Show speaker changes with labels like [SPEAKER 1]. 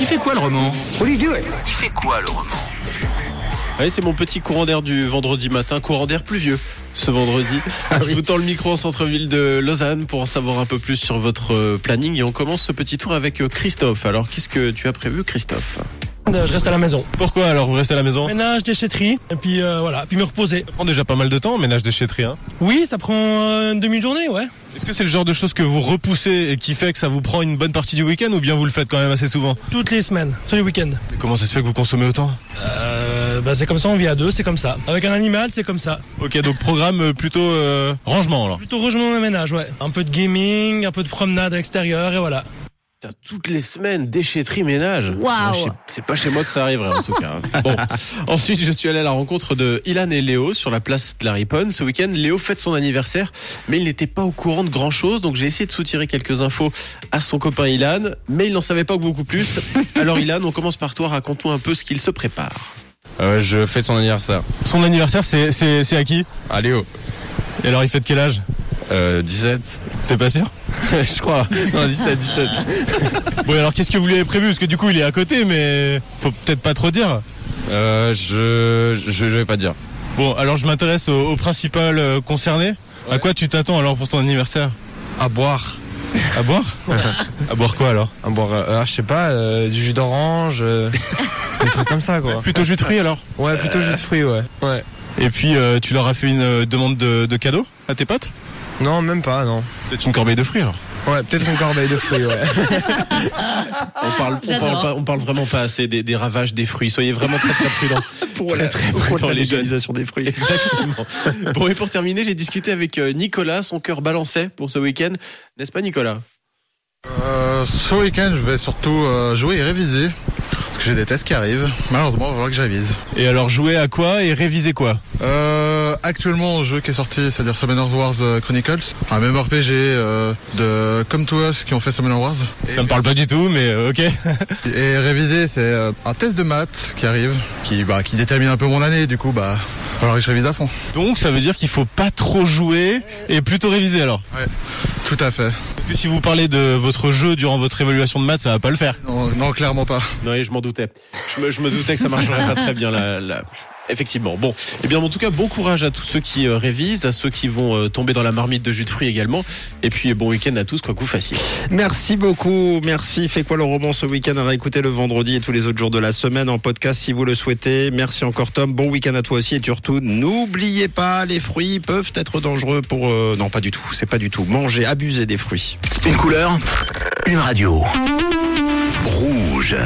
[SPEAKER 1] Il fait quoi le roman
[SPEAKER 2] What are you doing?
[SPEAKER 3] Il fait quoi le roman
[SPEAKER 4] Allez, c'est mon petit courant d'air du vendredi matin, courant d'air pluvieux. Ce vendredi, je vous tends le micro en centre-ville de Lausanne pour en savoir un peu plus sur votre euh, planning et on commence ce petit tour avec euh, Christophe. Alors, qu'est-ce que tu as prévu, Christophe
[SPEAKER 5] Euh, Je reste à la maison.
[SPEAKER 4] Pourquoi alors vous restez à la maison
[SPEAKER 5] Ménage, déchetterie, et puis euh, voilà, puis me reposer.
[SPEAKER 4] prend déjà pas mal de temps, ménage déchetterie. Hein.
[SPEAKER 5] Oui, ça prend euh, une demi-journée, ouais.
[SPEAKER 4] Est-ce que c'est le genre de choses que vous repoussez et qui fait que ça vous prend une bonne partie du week-end ou bien vous le faites quand même assez souvent
[SPEAKER 5] Toutes les semaines, tous les week-ends.
[SPEAKER 4] Comment ça se fait que vous consommez autant
[SPEAKER 5] Euh, bah, c'est comme ça, on vit à deux, c'est comme ça. Avec un animal, c'est comme ça.
[SPEAKER 4] Ok, donc programme euh, plutôt euh, rangement alors.
[SPEAKER 5] Plutôt rangement et ménage, ouais. Un peu de gaming, un peu de promenade à l'extérieur, et voilà.
[SPEAKER 4] Toutes les semaines, déchetterie, ménage.
[SPEAKER 6] Waouh.
[SPEAKER 4] Ouais, je- C'est pas chez moi que ça arriverait en tout cas. hein. Bon. Ensuite, je suis allé à la rencontre de Ilan et Léo sur la place de la Riponne. Ce week-end, Léo fête son anniversaire, mais il n'était pas au courant de grand chose. Donc j'ai essayé de soutirer quelques infos à son copain Ilan, mais il n'en savait pas beaucoup plus. Alors Ilan, on commence par toi, raconte-nous un peu ce qu'il se prépare.
[SPEAKER 7] Euh, je fais son anniversaire.
[SPEAKER 4] Son anniversaire, c'est à qui
[SPEAKER 7] Ah Léo,
[SPEAKER 4] Et alors il fête quel âge
[SPEAKER 7] euh, 17
[SPEAKER 4] T'es pas sûr
[SPEAKER 7] Je crois. Non, 17, 17.
[SPEAKER 4] Bon, alors qu'est-ce que vous lui avez prévu Parce que du coup, il est à côté, mais faut peut-être pas trop dire.
[SPEAKER 7] Euh, je, je, je vais pas dire.
[SPEAKER 4] Bon, alors je m'intéresse au, au principal euh, concerné. À quoi tu t'attends alors pour ton anniversaire
[SPEAKER 8] À boire.
[SPEAKER 4] À boire À boire quoi alors
[SPEAKER 8] À boire, euh, ah, je sais pas, euh, du jus d'orange, euh, des trucs comme ça quoi.
[SPEAKER 4] Plutôt jus de fruits alors.
[SPEAKER 8] Ouais, plutôt jus de fruits, ouais. ouais.
[SPEAKER 4] Et puis euh, tu leur as fait une euh, demande de, de cadeau à tes potes
[SPEAKER 8] Non, même pas, non.
[SPEAKER 4] Peut-être une corbeille de fruits alors.
[SPEAKER 8] Ouais, peut-être une corbeille de fruits, ouais.
[SPEAKER 1] Ah,
[SPEAKER 4] On parle, on
[SPEAKER 6] J'adore.
[SPEAKER 4] parle, pas- on parle vraiment pas assez des, des ravages des fruits. Soyez vraiment très très prudents.
[SPEAKER 1] Pour
[SPEAKER 4] Très,
[SPEAKER 1] la,
[SPEAKER 4] très
[SPEAKER 1] pour
[SPEAKER 4] prudents,
[SPEAKER 1] la
[SPEAKER 4] les jeunes.
[SPEAKER 1] légalisation des fruits.
[SPEAKER 4] Exactement. Bon et pour terminer, j'ai discuté avec euh, Nicolas. Son cœur balançait pour ce week-end, n'est-ce pas Nicolas
[SPEAKER 9] Euh, ce week-end, je vais surtout euh, jouer et réviser. Parce que j'ai des tests qui arrivent. Malheureusement, il va falloir que j'avise.
[SPEAKER 4] Et alors jouer à quoi et réviser quoi
[SPEAKER 9] Euh, actuellement, le jeu qui est sorti, c'est-à-dire Summoner Wars euh, Chronicles, un même RPG euh, de Come to Us qui ont fait Summoner Wars.
[SPEAKER 4] Ça me parle pas du tout, mais euh, ok.
[SPEAKER 9] Et réviser, c'est euh, un test de maths qui arrive, qui, bah, qui détermine un peu mon année. Du coup, bah, il va falloir que je révise à fond.
[SPEAKER 4] Donc ça veut dire qu'il faut pas trop jouer et plutôt réviser alors.
[SPEAKER 9] Tout à fait.
[SPEAKER 4] Parce que si vous parlez de votre jeu durant votre évaluation de maths, ça va pas le faire.
[SPEAKER 9] Non, non, clairement pas.
[SPEAKER 4] Non, et je m'en doutais. Je me, je me doutais que ça marcherait pas très bien là. là. Effectivement. Bon, eh bien en tout cas, bon courage à tous ceux qui euh, révisent, à ceux qui vont euh, tomber dans la marmite de jus de fruits également. Et puis bon week-end à tous, quoi que vous fassiez.
[SPEAKER 1] Merci beaucoup, merci. Fait quoi le roman ce week-end à réécouter le vendredi et tous les autres jours de la semaine en podcast si vous le souhaitez. Merci encore Tom, bon week-end à toi aussi et surtout n'oubliez pas, les fruits peuvent être dangereux pour... euh, non pas du tout, c'est pas du tout. Manger, abuser des fruits.
[SPEAKER 3] Une couleur, une radio. Rouge.